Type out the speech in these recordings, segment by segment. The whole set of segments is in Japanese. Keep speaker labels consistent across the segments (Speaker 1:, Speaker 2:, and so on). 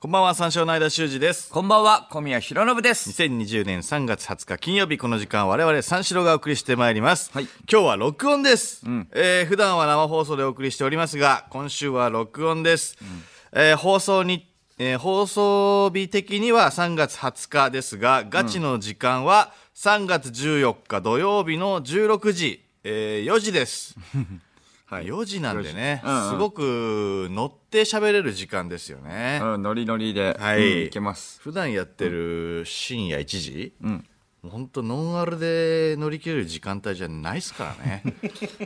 Speaker 1: こんばんは、三照の間修二です。
Speaker 2: こんばんは、小宮弘信です。
Speaker 1: 2020年3月20日金曜日この時間我々三四郎がお送りしてまいります、
Speaker 2: はい
Speaker 1: 今日は録音です、えー普段は生放送でお送りしておりますが今週は録音です、えー放送に、えー放送日的には3月20日ですがガチの時間は3月14日土曜日の16時、えー4時です、はい、4時なんでね、
Speaker 2: うんうん
Speaker 1: すごく乗って喋れる時間ですよね、
Speaker 2: うん、ノリノリで、
Speaker 1: はい、
Speaker 2: うんいけます。
Speaker 1: 普段やってる深夜1時、もうほんとノンアルで乗り切れる時間帯じゃないですからね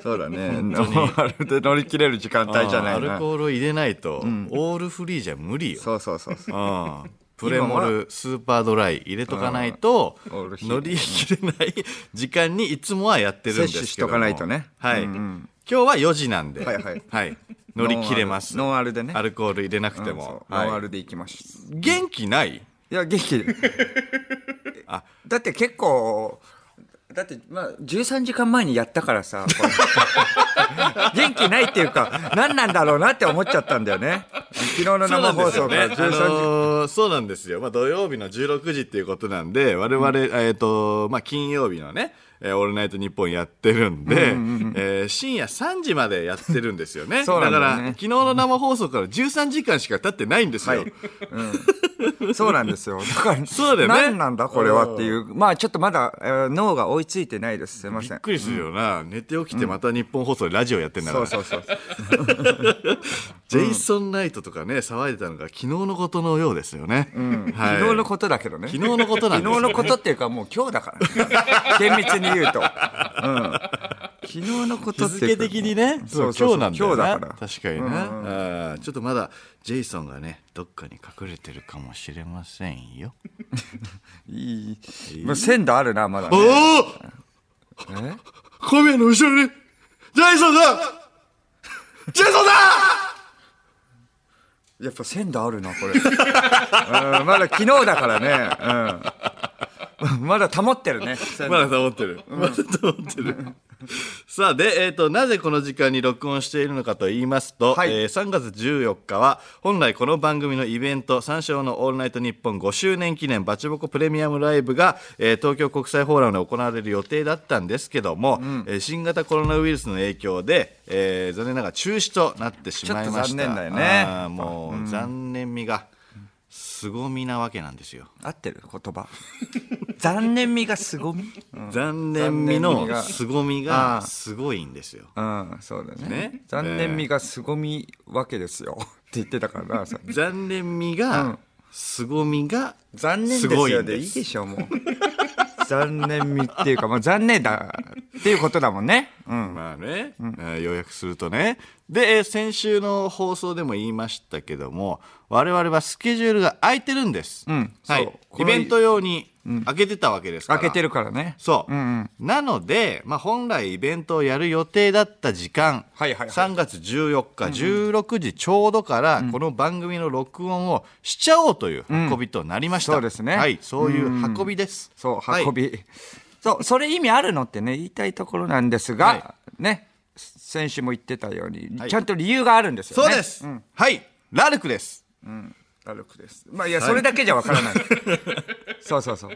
Speaker 2: そうだね。ノーマルで乗り切れる時間帯じゃ ない
Speaker 1: アル
Speaker 2: な。
Speaker 1: コールを入れないと、オールフリーじゃ無理よ
Speaker 2: そうそうそうそう。
Speaker 1: うんプレモルスーパードライ入れとかないと
Speaker 2: うんオールフリー
Speaker 1: 乗り切れない時間にいつもはやってるんですけども
Speaker 2: 摂取しとかないとね
Speaker 1: はい、
Speaker 2: うんう
Speaker 1: 今日は4時なんで、
Speaker 2: はいはい
Speaker 1: 乗り切れます
Speaker 2: ノンアルでね。
Speaker 1: アルコール入れなくて
Speaker 2: うんそ
Speaker 1: も、
Speaker 2: う
Speaker 1: はい
Speaker 2: ノンアルでいきまし
Speaker 1: 元気ない
Speaker 2: た。いや、元 気で。
Speaker 1: あ
Speaker 2: だって結構、だって、まあ、13時間前にやったからさ、こ れ元気ないっていうか、何なんだろうなって思っちゃったんだよね。昨日の
Speaker 1: そうな
Speaker 2: 生
Speaker 1: んで
Speaker 2: 放
Speaker 1: すよ
Speaker 2: 送
Speaker 1: ね。
Speaker 2: から13時
Speaker 1: あのーそうなんですよ。まあ土曜日の16時っていうことなんで、我々、えっ、と、まあ金曜日のね、えーオールナイトニッポンやってるんで、えー深夜3時までやってるんですよ ね。
Speaker 2: そうなんだ
Speaker 1: だ
Speaker 2: よね
Speaker 1: から、昨日の生放送から13時間しか経ってないんですよ。
Speaker 2: はい そうなんですよ。だから、
Speaker 1: そうだよね
Speaker 2: 何なんだこれはっていう。まあちょっとまだ、えー脳が追いついてないです。すいま
Speaker 1: び
Speaker 2: せ
Speaker 1: っ
Speaker 2: ん。
Speaker 1: くりするよな、寝て起きてまた日本放送でラジオやってんだか
Speaker 2: そ
Speaker 1: ら、
Speaker 2: うそうそう。
Speaker 1: ジェイソン・ナイトとかね騒いでたのが昨日のことのようですよね、はい、
Speaker 2: 昨日のことだけどね。
Speaker 1: 昨日のことなんですよね
Speaker 2: 昨日のことっていうかもう今日 だから、ね。厳密に言うと。うん。昨日のこと
Speaker 1: 日
Speaker 2: って
Speaker 1: 付
Speaker 2: いうか
Speaker 1: 的にね、
Speaker 2: そう
Speaker 1: 今
Speaker 2: そ
Speaker 1: 日
Speaker 2: うそう
Speaker 1: なんだよな
Speaker 2: 今日だから
Speaker 1: 確かにな、あーちょっとまだジェイソンがねどっかに隠れてるかもしれませんよ
Speaker 2: いい。まあ、鮮度あるな、まだ、
Speaker 1: お
Speaker 2: ね。
Speaker 1: お小宮の後ろにジェイソン がジェイソンだ
Speaker 2: やっぱ鮮度あるな、これ。うん、まだ昨日だからね。うん。まだ保ってるね。鮮度
Speaker 1: まだ保ってる。まだ保ってる。 さあ、で、えっ、と、なぜこの時間に録音しているのかと言いますと、
Speaker 2: はい
Speaker 1: えー3月14日は、本来この番組のイベント、三章のオールナイトニッポン5周年記念バチボコプレミアムライブが、えー東京国際フォーラムで行われる予定だったんですけども、えー新型コロナウイルスの影響で、えー残念ながら中止となってしまいました。
Speaker 2: ちょっと残念だよね
Speaker 1: あーもう、残念味が、凄みなわけなんですよ。
Speaker 2: 合ってる言葉。残念味が凄み
Speaker 1: 残念味の
Speaker 2: 残念味が
Speaker 1: 凄み
Speaker 2: あ
Speaker 1: が
Speaker 2: ー
Speaker 1: すごいんですよ。
Speaker 2: うん、そうだね。
Speaker 1: ね
Speaker 2: 残念味が凄みわけです よ。って言ってたからな、さ
Speaker 1: 残念味が、
Speaker 2: うん
Speaker 1: 凄みが
Speaker 2: 残念ですす
Speaker 1: ごい
Speaker 2: よ
Speaker 1: ん
Speaker 2: で
Speaker 1: で
Speaker 2: いい
Speaker 1: す
Speaker 2: でしょ、もう。残念味っていうか、まあ残念だっていうことだもんね。うん。
Speaker 1: まあね、えー要約するとねでえー先週の放送でも言いましたけども我々はスケジュールが空いてるんです、
Speaker 2: ん
Speaker 1: はい
Speaker 2: そうこ
Speaker 1: イ
Speaker 2: の
Speaker 1: ベント用に空けてたわけですから、
Speaker 2: 開けてるからね。
Speaker 1: そう、
Speaker 2: うん
Speaker 1: なので、まあ、本来イベントをやる予定だった時間、
Speaker 2: はいはいはい
Speaker 1: 3月14日、16時ちょうどから、この番組の録音をしちゃおうという運びとなりました、
Speaker 2: うんそうですね
Speaker 1: はい、そういう運びです、
Speaker 2: そう、
Speaker 1: はい
Speaker 2: 運び。そう、それ意味あるのってね、言いたいところなんですが、
Speaker 1: は
Speaker 2: ね、先週も言ってたように、
Speaker 1: はい
Speaker 2: ちゃんと理由があるんですよ
Speaker 1: そ
Speaker 2: ね。
Speaker 1: うです、
Speaker 2: ん
Speaker 1: はいラルクです
Speaker 2: ラルクです。まあいや、それだけじゃわか らない。そうそうそう。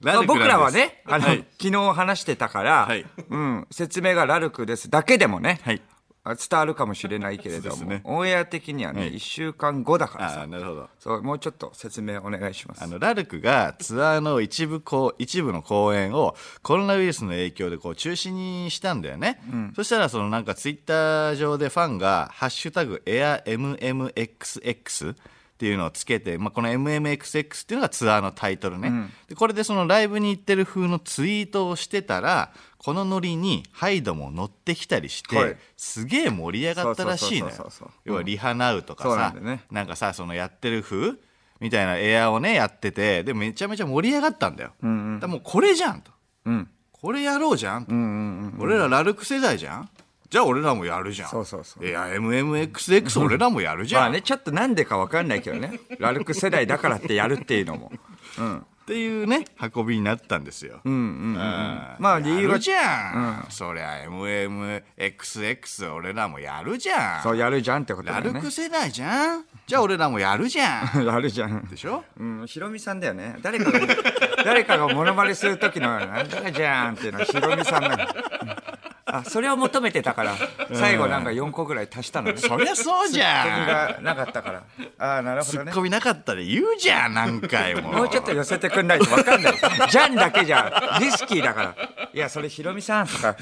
Speaker 1: ラ
Speaker 2: ま
Speaker 1: ルク
Speaker 2: あ
Speaker 1: なん
Speaker 2: 僕
Speaker 1: です
Speaker 2: らはね、あの、
Speaker 1: はい
Speaker 2: 昨日話してたから、
Speaker 1: はい
Speaker 2: うん、説明がラルクですだけでもね、
Speaker 1: はい
Speaker 2: あ伝わるかもしれないけれど
Speaker 1: そ
Speaker 2: も、
Speaker 1: うですね
Speaker 2: オンエア的にはね、
Speaker 1: は
Speaker 2: 一
Speaker 1: い
Speaker 2: 1週間後だから
Speaker 1: ああ
Speaker 2: さ、
Speaker 1: なるほど
Speaker 2: そう、もうちょっと説明お願いします
Speaker 1: あ。のラルクがツアーの一部こう一部の公演をコロナウイルスの影響でこう中止にしたんだよね、そしたらそのなんかツイッター上でファンが「ハッシュタグ #AirMMXX」っていうのをつけて、まあ、この MMXX っていうのがツアーのタイトルね、でこれでそのライブに行ってる風のツイートをしてたらこのノリにハイドも乗ってきたりして、
Speaker 2: はい
Speaker 1: すげえ盛り上がったらしいの
Speaker 2: そ
Speaker 1: よ
Speaker 2: うそうそうそうそう
Speaker 1: 要はリハナウとか
Speaker 2: そう
Speaker 1: さ
Speaker 2: なんだよね
Speaker 1: なんかさそのやってる風みたいなエアをねやっててでめちゃめちゃ盛り上がったんだよ、だからもうこれじゃんと
Speaker 2: うん、
Speaker 1: これやろうじゃんと、俺らラルク世代じゃんじゃあ俺らもやるじゃん
Speaker 2: そうそうそう
Speaker 1: いや MMXX 俺らもやるじゃん、
Speaker 2: まあね、ちょっとなんでかわかんないけどね、ラルク世代だからってやるっていうのも、うん、
Speaker 1: っていうね運びになったんですよ。ま
Speaker 2: まあ理由が
Speaker 1: じゃん、そりゃ MMXX 俺らもやるじゃん
Speaker 2: そうやるじゃんってことだよ
Speaker 1: 歩
Speaker 2: ね
Speaker 1: く世代じゃんじゃあ俺らもやるじゃん
Speaker 2: やるじゃん
Speaker 1: でしょ
Speaker 2: うん、ヒロミさんだよね。誰かが、 誰かがモノマネする時の、なんだかじゃーんっていうのはヒロミさんなの。あ、それを求めてたから、最後なんか4個ぐらい足したのね。そ
Speaker 1: そりゃそうじ ゃん
Speaker 2: がなかったから。あーなるほ
Speaker 1: ツ
Speaker 2: ど
Speaker 1: ッ
Speaker 2: ね。
Speaker 1: コミなかったら言うじゃん何回も
Speaker 2: もうちょっと寄せてくんないと分かんない。じゃんだけじゃ、リスキーだから。いや、それヒロミさんとか、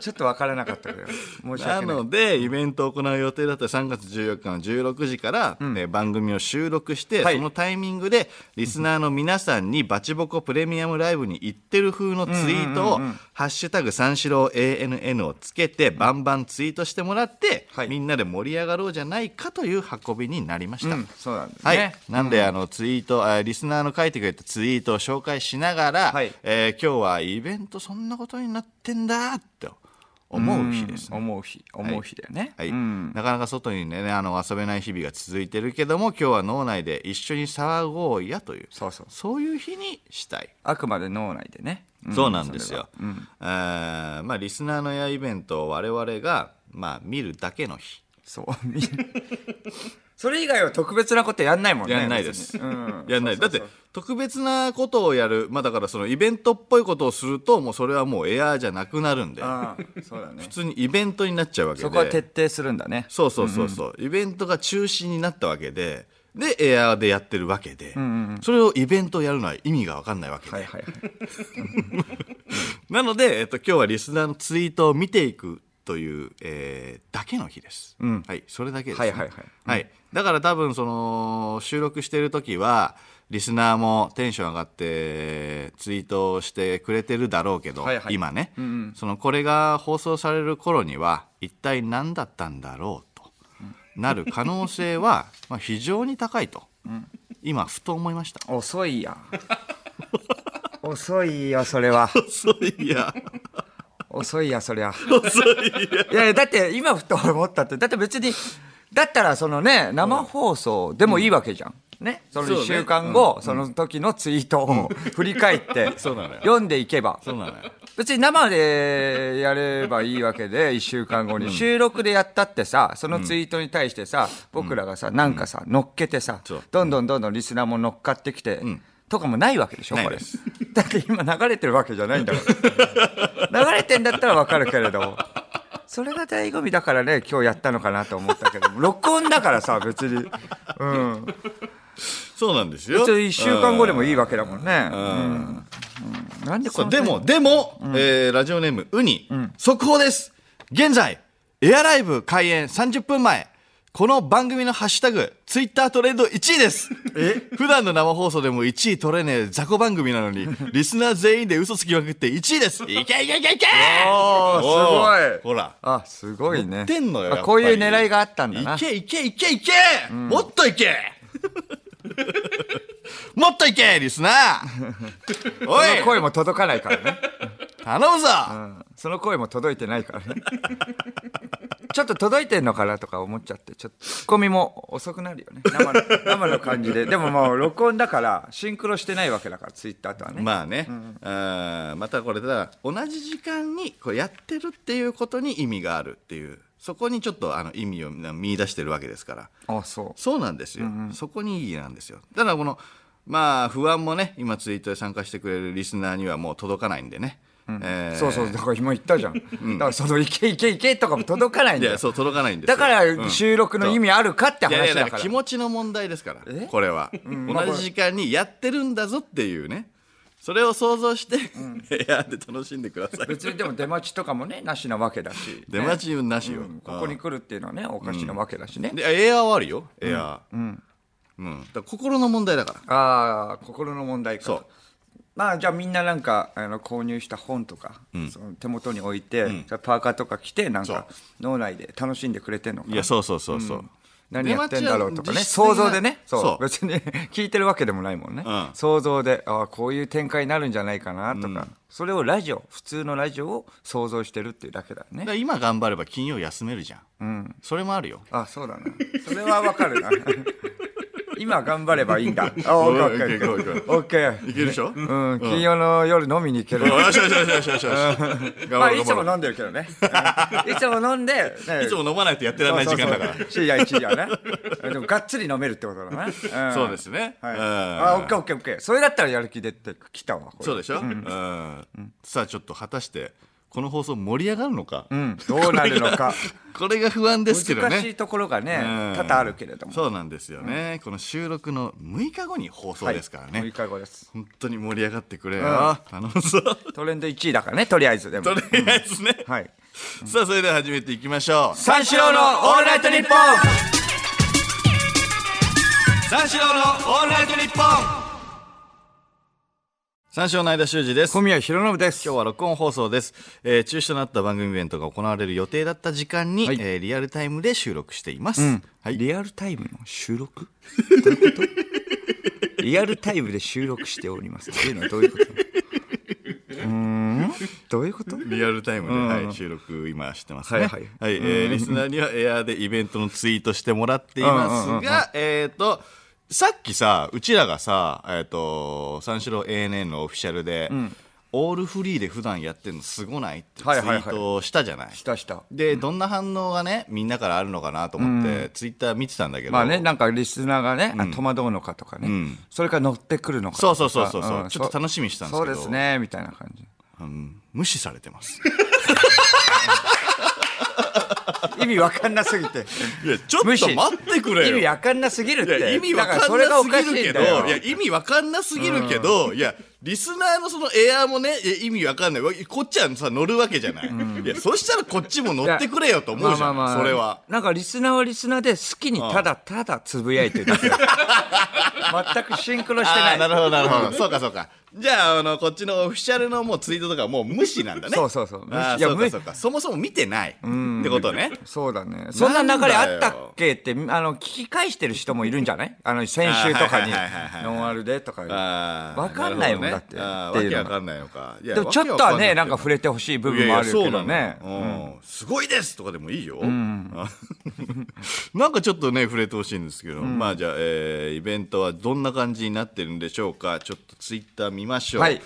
Speaker 2: ちょっと分からなかったけど、申し
Speaker 1: な
Speaker 2: 訳ない。
Speaker 1: のでイベントを行う予定だった3月14日の16時から、えー番組を収録して、
Speaker 2: はい
Speaker 1: そのタイミングでリスナーの皆さんにバチボコプレミアムライブに行ってる風のツイートを「ハッシュタグ三四郎 ANN」をつけてバンバンツイートしてもらって、
Speaker 2: はい
Speaker 1: みんなで盛り上がろうじゃないかという運びになりました。
Speaker 2: うんそうなんですね。
Speaker 1: はい、なんで、あのツイートあリスナーの書いてくれたツイートを紹介しながら、
Speaker 2: はい
Speaker 1: えー今日はイベントそんなことになってんだって思う日ですね
Speaker 2: 思う日、思う日だよね。
Speaker 1: はいなかなか外にねあの遊べない日々が続いてるけども今日は脳内で一緒に騒ごうやという
Speaker 2: そうそう。
Speaker 1: そういう日にしたい、
Speaker 2: あくまで脳内でね。
Speaker 1: そうなんですよ、えーまあ、リスナーのやイベントを我々が、まあ、見るだけの日
Speaker 2: そう。 それ以外は特別なことやんないもんね。
Speaker 1: やんないです、
Speaker 2: 別にうん
Speaker 1: やんない
Speaker 2: そ
Speaker 1: だ
Speaker 2: う
Speaker 1: っ
Speaker 2: そ
Speaker 1: て
Speaker 2: うそう
Speaker 1: 特別なことをやる、まあ、だからそのイベントっぽいことをするともうそれはもうエアーじゃなくなるんで普
Speaker 2: ああ、そう だね。
Speaker 1: 通にイベントになっちゃうわけで
Speaker 2: そこは徹底するんだね。
Speaker 1: そうそうそうそう、イベントが中止になったわけででエアーでやってるわけで、それをイベントやるのは意味が分かんないわけで、
Speaker 2: はいはいはい。
Speaker 1: なので、えっと、今日はリスナーのツイートを見ていくという、えーだけの日です、はい、それだけです、ね
Speaker 2: はいはいはい
Speaker 1: はいだから多分その収録してる時はリスナーもテンション上がってツイートをしてくれてるだろうけど、
Speaker 2: はいはい
Speaker 1: 今ね、そのこれが放送される頃には一体何だったんだろうとなる可能性は、まあ、非常に高いと、今ふと思いました
Speaker 2: 遅 いやん。遅いよ、それは。
Speaker 1: 遅い や
Speaker 2: 遅いや、そりゃ。遅い や。いやいや、だって今ふと思ったって、だって別に、だったらそのね、生放送でもいいわけじゃん。ね、その
Speaker 1: そう
Speaker 2: 1
Speaker 1: ね
Speaker 2: 週間後、その時のツイートを振り返って、
Speaker 1: そうなのよ
Speaker 2: 読んでいけば。
Speaker 1: そうなのよ
Speaker 2: 別に生でやればいいわけで1週間後に収録でやったってさそのツイートに対してさ、僕らがさなんかさ、乗っけてさ
Speaker 1: そう
Speaker 2: どんどんどんどんリスナーも乗っかってきて、とかもないわけでしょ
Speaker 1: ない
Speaker 2: これ
Speaker 1: です
Speaker 2: だって今流れてるわけじゃないん だから流れてんだったらわかるけれどそれが醍醐味だからね今日やったのかなと思ったけど録音だからさ 別に、うん、
Speaker 1: そうなんですよ
Speaker 2: 別に1週間後でもいいわけだもんね、うんうんなんでこ
Speaker 1: そ
Speaker 2: の
Speaker 1: うでも、でも、えーラジオネーム、ウニ、速報です。現在、エアライブ開演30分前、この番組のハッシュタグ、ツイッタートレンド1位です。普段の生放送でも1位取れねえ雑魚番組なのに、リスナー全員で嘘つきまくって1位です。いけいけいけいけ
Speaker 2: おーすごい
Speaker 1: ほら。
Speaker 2: あすごいね
Speaker 1: 言ってんのよやっぱ
Speaker 2: あ
Speaker 1: り
Speaker 2: こういう狙いがあったんだない
Speaker 1: けいけいけいけ、もっといけもっといけリスナーお
Speaker 2: その
Speaker 1: い
Speaker 2: 声も届かないから ね、
Speaker 1: 頼むぞ、
Speaker 2: うんその声も届いてないからね ちょっと届いてんのかなとか思っちゃってちょっとツッコミも遅くなるよね 生の生の感じででももう録音だからシンクロしてないわけだからツイッターとはね、
Speaker 1: まあね、あーまたこれただ同じ時間にこうやってるっていうことに意味があるっていうそこにちょっとあの意味を見出してるわけですから
Speaker 2: あそう
Speaker 1: そうなんですよ、そこに意義なんですよただこのまあ不安もね今ツイートで参加してくれるリスナーにはもう届かないんでね、えー
Speaker 2: そうそうだから今言ったじゃん、だからその「いけいけいけ」とかも届かないん
Speaker 1: い
Speaker 2: だよ
Speaker 1: やそう届かないんです
Speaker 2: だ
Speaker 1: よ
Speaker 2: から収録の意味あるかって
Speaker 1: いやい
Speaker 2: 話
Speaker 1: や
Speaker 2: だ
Speaker 1: だ
Speaker 2: か
Speaker 1: から気
Speaker 2: ら
Speaker 1: 持ちの問題ですから
Speaker 2: え
Speaker 1: これは、
Speaker 2: まあこ
Speaker 1: 同
Speaker 2: れ
Speaker 1: じ時間にやってるんだぞっていうねそれを想像して、 部屋で楽しんでください
Speaker 2: 別にでも出待ちとかもねなしなわけだし
Speaker 1: 出待ちなしよ、
Speaker 2: ここに来るっていうのはねおかしなわけだしね、
Speaker 1: でエアーはあるよエアーうん、だから心の問題だから
Speaker 2: ああ心の問題か
Speaker 1: そう
Speaker 2: まあじゃあみんななんかあの購入した本とか、その手元に置いて、じゃあパーカーとか着てなんか脳内で楽しんでくれてんのか
Speaker 1: い
Speaker 2: な
Speaker 1: やそうそうそうそう、
Speaker 2: 何やってんだろうとかね
Speaker 1: 出待ちは
Speaker 2: 想像でね そう
Speaker 1: そう
Speaker 2: 別に聞いてるわけでもないもんね、
Speaker 1: うん
Speaker 2: 想像でああこういう展開になるんじゃないかなとか、それをラジオ普通のラジオを想像してるっていうだけだよ
Speaker 1: だ
Speaker 2: ね
Speaker 1: から今頑張れば金曜休めるじゃん、それもあるよ
Speaker 2: あそうだなそれはわかるな今頑張ればいいんだ。あ、OK、
Speaker 1: うん
Speaker 2: OK、
Speaker 1: OK
Speaker 2: OK。
Speaker 1: いけるでしょうん
Speaker 2: うん、金曜の夜飲みに行ける。
Speaker 1: よしよしよしよし よしよし頑
Speaker 2: まあ、
Speaker 1: 張ろ
Speaker 2: いう
Speaker 1: 頑
Speaker 2: つ
Speaker 1: 張
Speaker 2: も
Speaker 1: ろ
Speaker 2: 飲んでるけ どね。うんいつも飲んで、ね
Speaker 1: ういつも飲まないとやってられない時間だから
Speaker 2: 深夜1時はね。でも、がっつり飲めるってことだな。ん
Speaker 1: そうですね
Speaker 2: はい。
Speaker 1: うん
Speaker 2: あ、オッケーオッケーオッケー。それだったらやる気出てきたわ。これ
Speaker 1: そうでしょうんさあちょっと果たしてこの放送盛り上がるのか
Speaker 2: うん、どうなるのか。
Speaker 1: これが不安ですけど
Speaker 2: 難しい
Speaker 1: ね
Speaker 2: ところがね
Speaker 1: うん、
Speaker 2: 多々あるけれども。
Speaker 1: そうなんですよねこの収録の6日後に放送
Speaker 2: はい
Speaker 1: ですからね
Speaker 2: 6日後です。
Speaker 1: 本当に盛り上がってくれよ楽しそう
Speaker 2: トレンド1位だからね、とりあえずでも
Speaker 1: と。りあえずね
Speaker 2: はい。
Speaker 1: さあそれでは始めていきましょう
Speaker 2: 三四郎のオールナイトニッポン
Speaker 1: 三四郎のオールナイトニッポン三四郎の間修二です
Speaker 2: 小宮弘信です。
Speaker 1: 今日は録音放送です、えー中止となった番組イベントが行われる予定だった時間に、
Speaker 2: はい
Speaker 1: えーリアルタイムで収録しています、はい、
Speaker 2: リアルタイムの収録リアルタイムで収録しておりますっていうのはどういうことうーんどういうこと
Speaker 1: リアルタイムで、はい、収録今してますね。は、
Speaker 2: はいい
Speaker 1: は
Speaker 2: はいい
Speaker 1: えーリスナーにはエアーでイベントのツイートしてもらっていますが、
Speaker 2: うんうんうんうん
Speaker 1: えっ、と、さっきさ、うちらがさ、えっ、と、三四郎 ANN のオフィシャルで、オールフリーで普段やってるのすごないってツイ
Speaker 2: はいはいはい
Speaker 1: ートをしたじゃない。
Speaker 2: したした
Speaker 1: で、どんな反応がね、みんなからあるのかなと思って、ツイッター見てたんだけど、
Speaker 2: まあねなんかリスナーがね、あ戸惑うのかとかね、
Speaker 1: ん
Speaker 2: それから乗ってくるのか
Speaker 1: そ
Speaker 2: と
Speaker 1: う
Speaker 2: か
Speaker 1: そうそうそう、うんちょっと楽しみにしたんです
Speaker 2: そ
Speaker 1: け
Speaker 2: う
Speaker 1: ど、
Speaker 2: ですねみたいな感じ
Speaker 1: うん無視されてます。
Speaker 2: 意味わかんなすぎて
Speaker 1: いや、ちょっと待ってくれよ。
Speaker 2: 意味わかんなすぎるっ
Speaker 1: いや
Speaker 2: て
Speaker 1: 意味わ
Speaker 2: だら
Speaker 1: か
Speaker 2: そ
Speaker 1: ん
Speaker 2: れがお
Speaker 1: な
Speaker 2: かし
Speaker 1: すぎるけ
Speaker 2: いん
Speaker 1: ど
Speaker 2: だよ
Speaker 1: いや意味わかんなすぎるけど、いやリスナーのそのエアーもねいや意味わかんないわこっちはさ乗るわけじゃない、いやそしたらこっちも乗ってくれよと思うじゃん、
Speaker 2: まあまあまあ
Speaker 1: それは
Speaker 2: なんかリスナーはリスナーで好きにただただつぶやいてる だけ全くシンクロして
Speaker 1: あ
Speaker 2: な
Speaker 1: あ
Speaker 2: い
Speaker 1: なるほどなるほどそうかそうかじゃああのこっちのオフィシャルのもうツイートとかはもう無視なんだね
Speaker 2: そうそうそう無視
Speaker 1: ああ
Speaker 2: いや
Speaker 1: そう
Speaker 2: 無
Speaker 1: か
Speaker 2: 視
Speaker 1: そうかそもそも見てないってことね
Speaker 2: そうだね。そんな流れあったっけって、あの、聞き返してる人もいるんじゃないあの、先週とかに
Speaker 1: あはいはいはいはい、
Speaker 2: ノンアルでとか。
Speaker 1: ああ
Speaker 2: わかんないもん
Speaker 1: るほ
Speaker 2: だって
Speaker 1: どねああ
Speaker 2: って
Speaker 1: わ
Speaker 2: いう
Speaker 1: け
Speaker 2: のが
Speaker 1: わかんないのかいや
Speaker 2: でもちょっとはね、
Speaker 1: わけわか
Speaker 2: なんか触れてほしい部
Speaker 1: いや
Speaker 2: 分
Speaker 1: い
Speaker 2: もあ
Speaker 1: や
Speaker 2: る
Speaker 1: そ
Speaker 2: け
Speaker 1: うな
Speaker 2: ど
Speaker 1: のよ
Speaker 2: ね。
Speaker 1: うんすごいですとかでもいいよ、あ なんかちょっとね触れてほしいんですけど、まあじゃあ、えーイベントはどんな感じになってるんでしょうかちょっとツイッター見ましょう、
Speaker 2: はい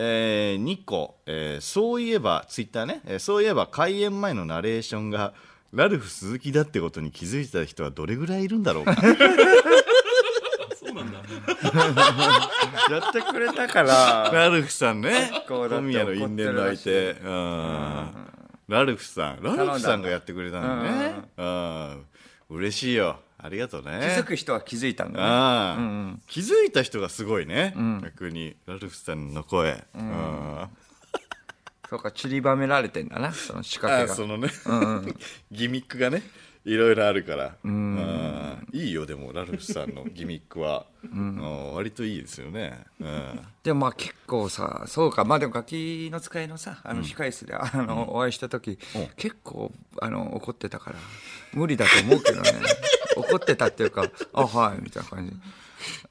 Speaker 1: え2個、えーそういえばツイッターね、えーそういえば開演前のナレーションがラルフ鈴木だってことに気づいてた人はどれぐらいいるんだろうか
Speaker 2: やってくれたから、
Speaker 1: ラルフさんね
Speaker 2: 構だ
Speaker 1: 小
Speaker 2: って
Speaker 1: 宮の因縁の相手うんラルフさんラルフさんがやってくれたのねうん嬉しいよありがとうね
Speaker 2: 気づく人は気づいたんだね。
Speaker 1: ああ気づいた人がすごいね、逆にラルフさんの声、うんあ
Speaker 2: そうか、散りばめられてんだな、その仕掛
Speaker 1: あ
Speaker 2: け
Speaker 1: そ
Speaker 2: が。
Speaker 1: のね、ギミックがねいろいろあるから、ああいいよでもラルフさんのギミックは、うん割といいですよね、うん
Speaker 2: でもまあ結構さ、そうか、まあでもガキの使いのさ、あの、控え室で、あの、お会いした時、結構、あの、怒ってたから、無理だと思うけど ね。怒ってたっていうか、あ、はい、みたいな感じ。
Speaker 1: 結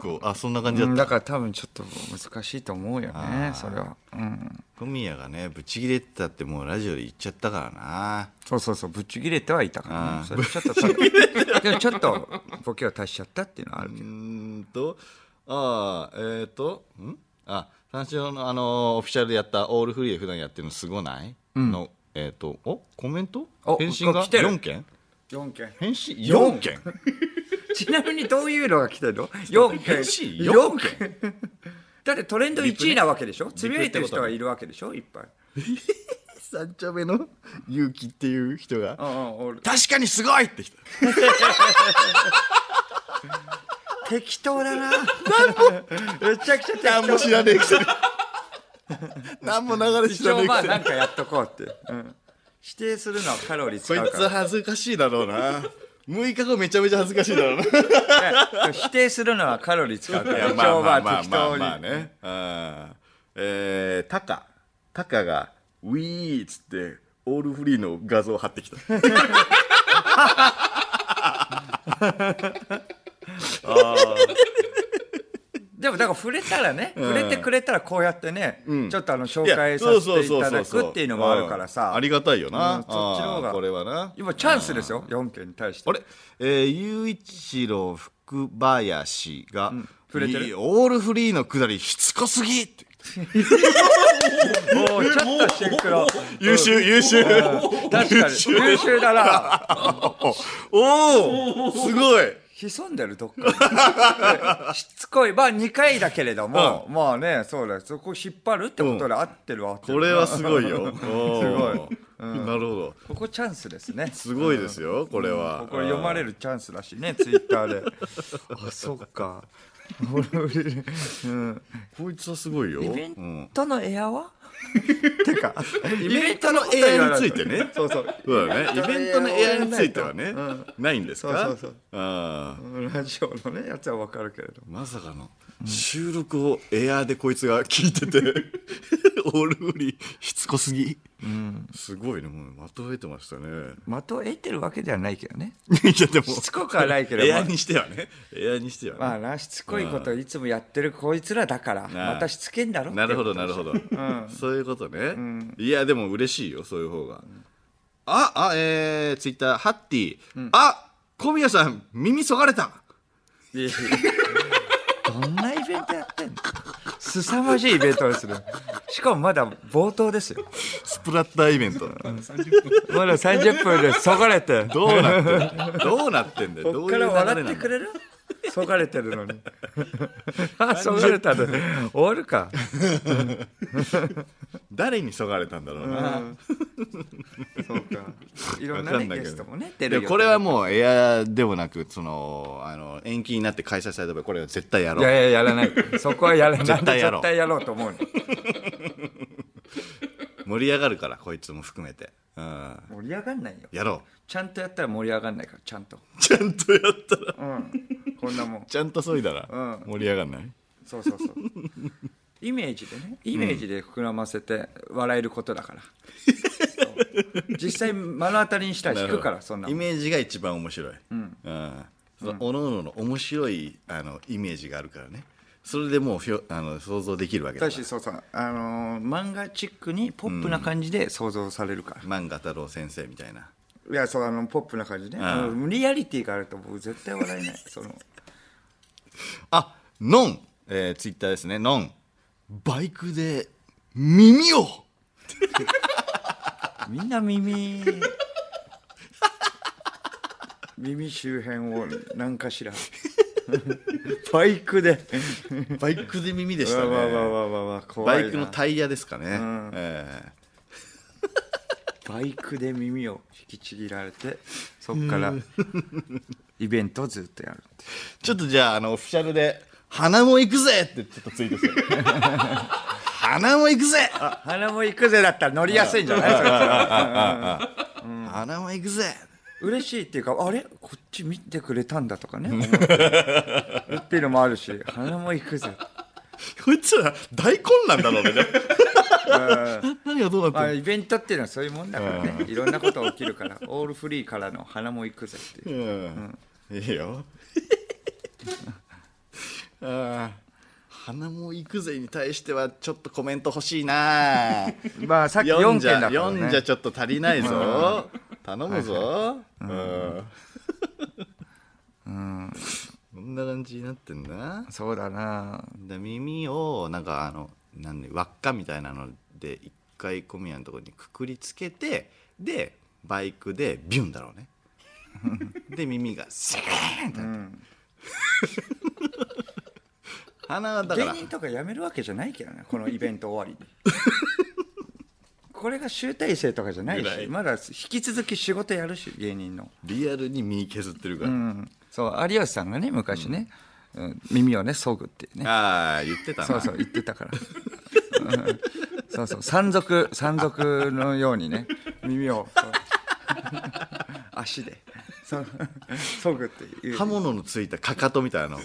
Speaker 1: 構あそんな感じだ
Speaker 2: う
Speaker 1: っ
Speaker 2: ん
Speaker 1: た、
Speaker 2: だから多分ちょっと難しいと思うよねそれは、うん、
Speaker 1: 小宮がねブチギレてたってもうラジオで言っちゃったからな
Speaker 2: そうそうそうぶっちぎれてはいたから
Speaker 1: あー
Speaker 2: ねそれちょっとでもちょっとボケを足しちゃったっていうのはあるけ
Speaker 1: う
Speaker 2: ど
Speaker 1: ーんとああえっ、ー、とんあ三四郎のあのーオフィシャルでやったオールフリーで普段やってるのすごない、のえっ、とおコメント
Speaker 2: お
Speaker 1: 返信が
Speaker 2: 来てる
Speaker 1: 4件
Speaker 2: 4件
Speaker 1: 返信4件
Speaker 2: ちなみにどういうのが来てるの4件
Speaker 1: 嬉しい
Speaker 2: 4件だってトレンド1位なわけでしょつぶやいてる
Speaker 1: リプ
Speaker 2: 人が
Speaker 1: ね
Speaker 2: いるわけでしょいっぱい
Speaker 1: 三丁目の勇気っていう人が
Speaker 2: うんうん俺
Speaker 1: 確かにすごいって人
Speaker 2: 適当だな めちゃくちゃ適当
Speaker 1: 何も知らねえ くせに何も流れ知
Speaker 2: 一
Speaker 1: らね
Speaker 2: 応
Speaker 1: え
Speaker 2: ま
Speaker 1: く
Speaker 2: あ
Speaker 1: せ
Speaker 2: なん
Speaker 1: に
Speaker 2: かやっとこうって、うん否定するのはカロリー使
Speaker 1: こいう
Speaker 2: から
Speaker 1: つ恥ずかしいだろうな6日後めちゃめちゃ恥ずかしいだろうな
Speaker 2: 否定するのはカロリー使うか
Speaker 1: い
Speaker 2: ら
Speaker 1: や
Speaker 2: 一
Speaker 1: まあ
Speaker 2: 応
Speaker 1: まあ
Speaker 2: まあ
Speaker 1: まあ
Speaker 2: 適
Speaker 1: まあ
Speaker 2: 当に
Speaker 1: まあね。うんえー、タカ。タカが、ウィーっつって、オールフリーの画像を貼ってきた。
Speaker 2: でもだから触れたらね、触れてくれたらこうやってね、ちょっとあの紹
Speaker 1: いや
Speaker 2: 介させていただくっていうのもあるから
Speaker 1: うん
Speaker 2: さ
Speaker 1: ありがたいよな。
Speaker 2: うんそっちの方が
Speaker 1: あーこれはな。
Speaker 2: 今チャンスですよ4件に対して
Speaker 1: あれえー、雄一郎、福林が、
Speaker 2: 触れてる
Speaker 1: いいオールフリーのくだりしつこすぎって
Speaker 2: もうちょっとシンクロ
Speaker 1: 優秀優秀
Speaker 2: 確かに 優秀だな
Speaker 1: おおすごい
Speaker 2: 潜んでるどっ かにしつこいまあ2回だけれども、まあねそうだそこ引っ張るってことで合ってるわ、合ってる
Speaker 1: これはすごい よすい、
Speaker 2: ご
Speaker 1: なるほど
Speaker 2: ここチャンスですね
Speaker 1: すごいですよこれは、
Speaker 2: これ読まれるチャンスだしねツイッタ ーであそっか
Speaker 1: こいつはすごいよ、う
Speaker 2: イベ
Speaker 1: ん、
Speaker 2: ントのエアはて かイ
Speaker 1: イベントの AI についてね
Speaker 2: そうそう
Speaker 1: そうだねイベントの AI についてはね、ないんですか
Speaker 2: そうそうそう
Speaker 1: あー
Speaker 2: ラジオのねやつはわかるけれども
Speaker 1: まさかの収録をエアーでこいつが聞いて てオールフリーしつこすぎ、すごいねもうまとえてましたね
Speaker 2: 的を得てるわけではないけどね
Speaker 1: いやでも
Speaker 2: しつこくはないけど
Speaker 1: エアにしてはねエアにしてはね、
Speaker 2: まあなしつこいことをいつもやってるこいつらだから
Speaker 1: なあ
Speaker 2: またしつけんだろ
Speaker 1: なるほど
Speaker 2: って
Speaker 1: な
Speaker 2: こ
Speaker 1: るほど、そういうことね、いやでも嬉しいよそういう方が、ああえー、ツイッターハッティ、あ小宮さん耳そがれた
Speaker 2: といやいやどんなイベントやってんの凄まじいイベントですねしかもまだ冒頭ですよ
Speaker 1: スプラッターイベント
Speaker 2: まだ30分でそがれて
Speaker 1: どうなってんだどうなってんだよど
Speaker 2: こ
Speaker 1: う
Speaker 2: っ
Speaker 1: い
Speaker 2: か
Speaker 1: う流
Speaker 2: ら
Speaker 1: れな
Speaker 2: 笑っ
Speaker 1: んだ
Speaker 2: てくれるそがれてるのにあそがれたで終わるか
Speaker 1: 誰にそがれたんだろうな、
Speaker 2: そうかいろん
Speaker 1: わ
Speaker 2: な
Speaker 1: か
Speaker 2: ね
Speaker 1: んない
Speaker 2: ゲ
Speaker 1: け
Speaker 2: ス
Speaker 1: ど
Speaker 2: トもね出
Speaker 1: で
Speaker 2: る
Speaker 1: もこれはもうエアでもなくそのあの延期になって開催された場合これは絶対や
Speaker 2: い
Speaker 1: ろう
Speaker 2: やいややらないそこはやらない
Speaker 1: 絶対やろう
Speaker 2: 絶対やろうと思うの
Speaker 1: 盛り上がるからこいつも含めて、うん、
Speaker 2: 盛り上がんないよ
Speaker 1: やろ
Speaker 2: ちゃんとやったら盛り上がんないからちゃんと
Speaker 1: うちゃんとやったら
Speaker 2: うんこんなもん
Speaker 1: ちゃんとそいだら、
Speaker 2: う
Speaker 1: 盛り上がんない
Speaker 2: そうそう そうイメージでねイメージで膨らませて笑えることだから、そう実際目の当たりにしたら引くからそんな
Speaker 1: イ
Speaker 2: もん
Speaker 1: メージが一番面白い、うんそのおのおのの面白いあのイメージがあるからねそれでもうひょあの想像できるわけだ
Speaker 2: だ
Speaker 1: か
Speaker 2: し
Speaker 1: ら
Speaker 2: そうそうあのー漫画チックにポップな感じで想像されるから、
Speaker 1: 万太郎先生みたいない
Speaker 2: やそうあのポップな感じね、
Speaker 1: ん
Speaker 2: うんリアリティがあると僕絶対笑えないその
Speaker 1: あノン、えー、ツイッターですねノンバイクで耳を
Speaker 2: みんな耳 耳周辺を何かし らバイクで
Speaker 1: バイクで耳でした
Speaker 2: わ
Speaker 1: ね
Speaker 2: わわわわわ怖
Speaker 1: バ
Speaker 2: いな
Speaker 1: イクのタイヤですかね、
Speaker 2: ん
Speaker 1: え
Speaker 2: バイクで耳を引きちぎられてそっからイベントをずっとやるっていう
Speaker 1: ーちょっとじゃああのオフィシャルで「鼻も行くぜ!」ってちょっとツイートする 鼻も行くぜ
Speaker 2: あ花も行くぜだったら乗りやすいんじゃないそれ
Speaker 1: 鼻も行くぜ
Speaker 2: 嬉しいっていうかあれこっち見てくれたんだとかねっていうのもあるし花も行くぜ
Speaker 1: こいつら大混乱だろう ね何がどうなって
Speaker 2: まあ、
Speaker 1: る
Speaker 2: イベントっていうのはそういうもんだからね、いろんなことが起きるから、オールフリーからの花も行くぜっていう。
Speaker 1: うんいいよ ああ鼻も行くぜに対してはちょっとコメント欲しいな
Speaker 2: まあ、さっき
Speaker 1: 読
Speaker 2: 4
Speaker 1: ん
Speaker 2: 件
Speaker 1: じゃ
Speaker 2: だから、
Speaker 1: 読んじゃ
Speaker 2: ね、
Speaker 1: ちょっと足りないぞ頼むぞうんこんな感じになってんな
Speaker 2: そうだな、
Speaker 1: で耳をなんかあのなんで輪っかみたいなので一回小宮のところにくくりつけてでバイクでビュンだろうね で耳がセーンってなって、鼻はだか
Speaker 2: 芸
Speaker 1: ら
Speaker 2: 人とか辞めるわけじゃないけどね、このイベント終わ りに。これが集大成とかじゃない
Speaker 1: ぐら
Speaker 2: し、
Speaker 1: い
Speaker 2: まだ引き続き仕事やるし、芸人の。
Speaker 1: リアルに身削ってるから、
Speaker 2: うん、そう、有吉さんがね、昔ね、うん耳をね、そぐっていうね。
Speaker 1: ああ言ってたな
Speaker 2: そうそう言ってたから、うんそうそう山賊山賊のようにね耳を そう足でそそぐっていう
Speaker 1: 刃物のついたかかとみたいなの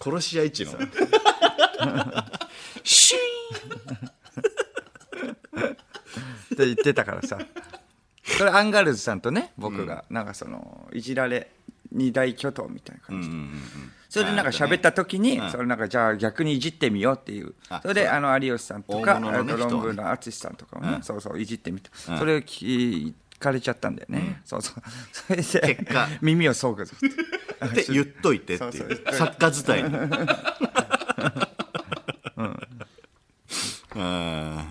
Speaker 1: 殺し屋一のシ
Speaker 2: って言ってたからさそれアンガールズさんとね僕がなんかそのいじられ二大巨頭みたいな感じで、それでなんか喋った時に、それなんかじゃあ逆にいじってみようっていう
Speaker 1: あ
Speaker 2: それであの有吉さんと
Speaker 1: 大
Speaker 2: か、
Speaker 1: 物
Speaker 2: あ
Speaker 1: のね
Speaker 2: の
Speaker 1: 人はね
Speaker 2: 論文の淳さんとかもね、そうそういじってみた、それを聞かれちゃったんだよね、そうそうそれで
Speaker 1: 結果
Speaker 2: 耳をそぐぞって
Speaker 1: って言っといてって
Speaker 2: そう
Speaker 1: い
Speaker 2: そう言
Speaker 1: う作家自体に。 うん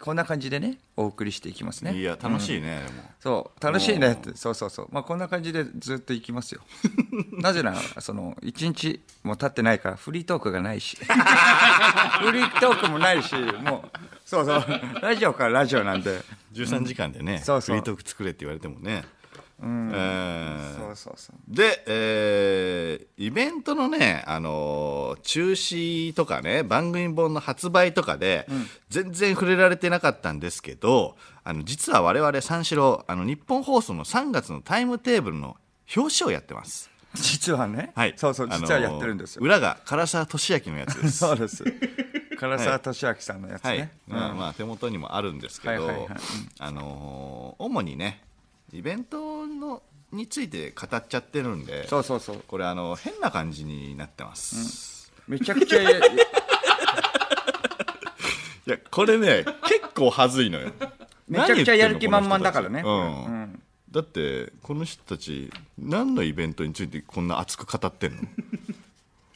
Speaker 2: こんな感じでねお送りしていきます
Speaker 1: い
Speaker 2: ね
Speaker 1: や楽しいね、
Speaker 2: そう楽しいねってそうそうそうまあこんな感じでずっといきますよ なぜならその1日も経ってないからフリートークがない しフリートークもないしもうそうそうラジオからラジオなんで
Speaker 1: でも13時間でね、
Speaker 2: そうそ
Speaker 1: フリ
Speaker 2: う
Speaker 1: ートーク作れって言われてもね、うん
Speaker 2: そうそうそう
Speaker 1: で、えーイベントのね、あのー中止とかね番組本の発売とかで、全然触れられてなかったんですけどあの実は我々三四郎あの日本放送の3月のタイムテーブルの表紙をやってます。
Speaker 2: 実はね、
Speaker 1: はい、
Speaker 2: そうそう
Speaker 1: あのー
Speaker 2: 実はやってるんですよ、
Speaker 1: 裏が唐沢俊明のやつです。
Speaker 2: そうです唐沢俊明さんのやつ
Speaker 1: はい、
Speaker 2: ね、
Speaker 1: まあまあ手元にもあるんですけど、
Speaker 2: はいはいはいうん
Speaker 1: あのー主にねイベントのについて語っちゃってるんで
Speaker 2: そうそうそう
Speaker 1: これあの変な感じになってます、
Speaker 2: めちゃくちゃ
Speaker 1: いやこれね結構はずいのよ
Speaker 2: めちゃくちゃやる気満々だ
Speaker 1: 何言ってんの
Speaker 2: からね
Speaker 1: この人たちうんだってこの人たち何のイベントについてこんな熱く語 ってんの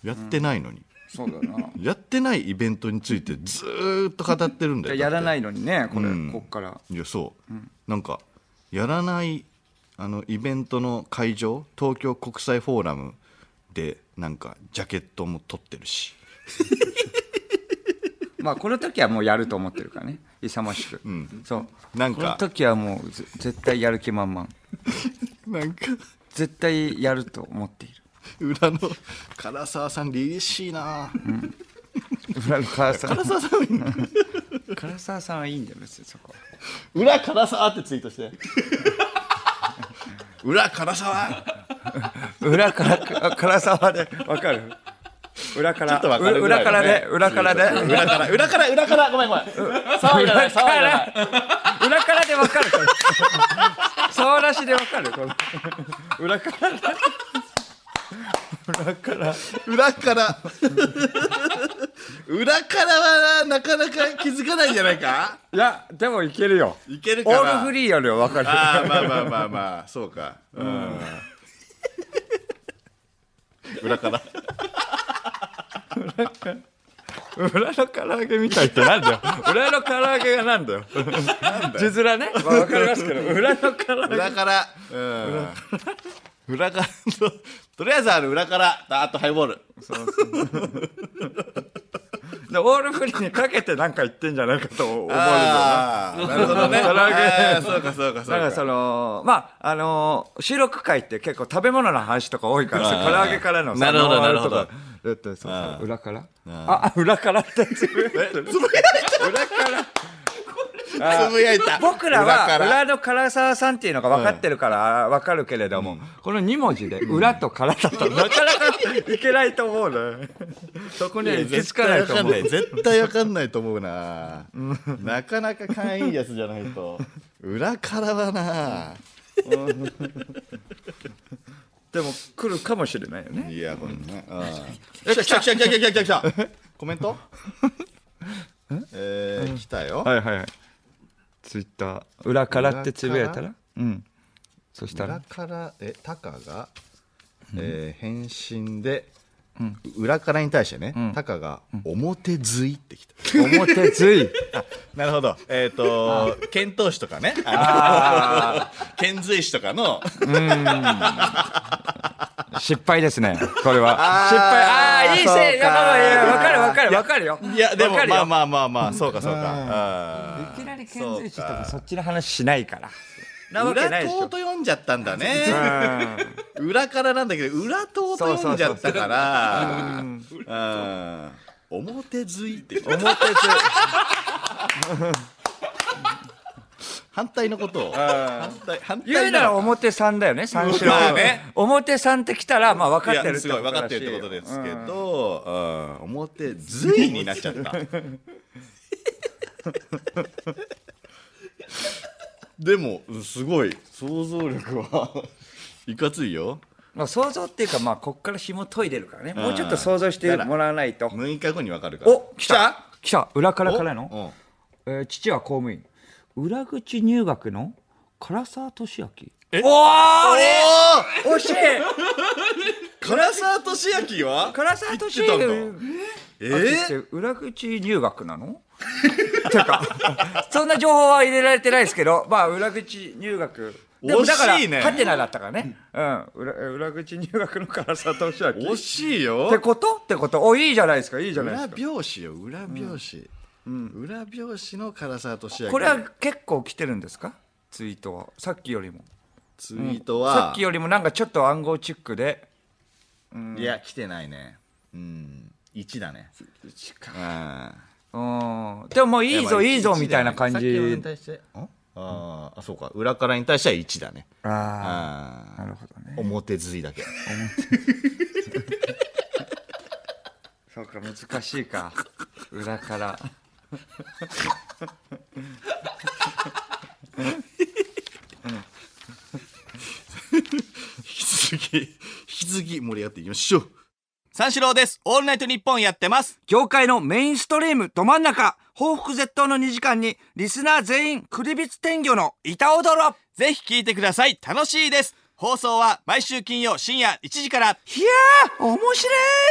Speaker 1: やってないのに、
Speaker 2: そうだな
Speaker 1: やってないイベントについてずーっと語ってるんだ
Speaker 2: じゃ
Speaker 1: よ
Speaker 2: あやら
Speaker 1: だって
Speaker 2: ないのにねこれ、
Speaker 1: うん
Speaker 2: こっから
Speaker 1: いやそう、なんかやらないあのイベントの会場東京国際フォーラムでなんかジャケットも撮ってるし
Speaker 2: まあこの時はもうやると思ってるからね勇ましく、そう
Speaker 1: なんか
Speaker 2: この時はもうぜ絶対やる気満々
Speaker 1: なんか
Speaker 2: 絶対やると思っている
Speaker 1: 裏の唐沢さん凛々しいな
Speaker 2: 裏の唐沢
Speaker 1: 唐沢さん
Speaker 2: 唐沢さんはいいんだよ別にそこは
Speaker 1: 裏唐沢ってツイートして 裏唐沢
Speaker 2: 裏からあ唐沢でわかる裏か
Speaker 1: ちょ
Speaker 2: ら
Speaker 1: っとわかるぐら
Speaker 2: 裏
Speaker 1: い
Speaker 2: か
Speaker 1: の
Speaker 2: ら
Speaker 1: ね
Speaker 2: で裏からで
Speaker 1: 裏から裏から裏からごめんごめん騒いじゃない騒いじゃない
Speaker 2: 裏からでわかるこれ沢なしでわかるこの裏からで裏から
Speaker 1: 裏から 裏からはなかなか気づかないんじゃないか
Speaker 2: いやでもいけるよ
Speaker 1: いける
Speaker 2: オ
Speaker 1: かな
Speaker 2: ールフリーよりはわかる
Speaker 1: ああまあまあまあまあそうかうん裏から
Speaker 2: 裏の唐揚げみたいってなんだよ裏の唐揚げがなんだよ字面ねわかりますけど裏の唐揚げ
Speaker 1: 裏からうん裏からととりあえずある裏からダーッとハイボール
Speaker 2: でオールフリーにかけてなんか言ってんじゃないかと思うんだよな
Speaker 1: ああなるほどね
Speaker 2: 唐揚げ
Speaker 1: あーそうかそうかそ
Speaker 2: だか
Speaker 1: うか
Speaker 2: らそのまああのー収録会って結構食べ物の話とか多いから
Speaker 1: あー
Speaker 2: 唐揚げからのさ
Speaker 1: なるほど
Speaker 2: ノンアルと
Speaker 1: なる
Speaker 2: か
Speaker 1: ほ
Speaker 2: だってそう
Speaker 1: あ
Speaker 2: そ
Speaker 1: ー
Speaker 2: う裏からああ裏からってつぶやいてる
Speaker 1: つぶやい
Speaker 2: 裏から
Speaker 1: たつぶやいた
Speaker 2: 僕ら
Speaker 1: 裏か
Speaker 2: は
Speaker 1: ら
Speaker 2: 裏の唐沢さんっていうのが分かってるから分かるけれども、この2文字で裏とからだとなかなかいけないと思うねそこには行き着かないと思う
Speaker 1: 絶対わかんないと思うななかなか勘いいやつじゃないと裏からはな
Speaker 2: でも来るかもしれないよね
Speaker 1: いやこれねうん来た来た来た来た来た来た来たコメントえー来たよ
Speaker 2: はいはいはいツイッター裏からってつぶやいたらうんそした
Speaker 1: 裏
Speaker 2: ら
Speaker 1: からえタカが、えー返信で、裏からに対してね、タカが表ずいってきた、
Speaker 2: 表つい
Speaker 1: なるほどえっ、と遣唐使とかねあの 遣隋使とかの
Speaker 2: 失敗ですねこれは
Speaker 1: あー
Speaker 2: 失敗ああいいせ
Speaker 1: そう
Speaker 2: い
Speaker 1: か
Speaker 2: やまあまあいや分かる分かる分かるよ
Speaker 1: いやでも
Speaker 2: わかるよ
Speaker 1: まあまあまあまあそうかそうか
Speaker 2: いきなり遣隋使とかそっちの話しないから
Speaker 1: う
Speaker 2: なんわけな
Speaker 1: 裏
Speaker 2: いでしょ
Speaker 1: 党と読んじゃったんだね裏からなんだけど裏党と読んじゃったからうん表ずいって
Speaker 2: 表つ
Speaker 1: 反対のことを反対反対
Speaker 2: 言うなら表さんだよね三四郎、
Speaker 1: まあね
Speaker 2: 表さんって来たらまあ分か
Speaker 1: い
Speaker 2: っ
Speaker 1: や
Speaker 2: てる
Speaker 1: すごい分かってるってことですけど、うん表ずいになっちゃったでもすごい想像力はいかついよ
Speaker 2: まあ、想像っていうかまあこっから紐解いでるからねもうちょっと想像してもらわないと
Speaker 1: 6日後に分かるから
Speaker 2: お来た来た裏から
Speaker 1: お
Speaker 2: からの、えー父は公務員裏口入学の唐沢俊明
Speaker 1: え
Speaker 2: おー
Speaker 1: おー
Speaker 2: 惜しい
Speaker 1: 唐沢俊明は
Speaker 2: 唐沢俊
Speaker 1: 言ってた
Speaker 2: 明
Speaker 1: んだえ
Speaker 2: えって
Speaker 1: ー、
Speaker 2: 裏口入学なのてかそんな情報は入れられてないですけどまあ裏口入学でもだから
Speaker 1: 惜しいね
Speaker 2: ハテナだったからね、うん、裏裏口入学の唐沢俊明
Speaker 1: 惜しい
Speaker 2: って
Speaker 1: よ
Speaker 2: ことってことおいいじゃないですかいいじゃないで
Speaker 1: 裏
Speaker 2: すか
Speaker 1: 表紙よ裏表紙、裏表紙の唐沢俊明
Speaker 2: これは結構来てるんですかツイートはさっきよりも
Speaker 1: ツイートは、
Speaker 2: さっきよりもなんかちょっと暗号チックで
Speaker 1: いや来てないねうん1だねあ
Speaker 2: うんでももういいぞいいぞみたいな感じ
Speaker 1: 対してああーあそうか裏からに対しては1だね
Speaker 2: あ
Speaker 1: あ
Speaker 2: あなるほどね
Speaker 1: ー表ずいだけ
Speaker 2: そうか難しい か裏から
Speaker 1: 引き続き引き続き盛り上がっていきましょう三四郎ですオールナイトニッポンやってます
Speaker 2: 業界のメインストリームど真ん中報復絶倒の2時間にリスナー全員クリビツ天魚の板踊ろ
Speaker 1: ぜひ聞いてください楽しいです放送は毎週金曜深夜1時から
Speaker 2: いやー面白い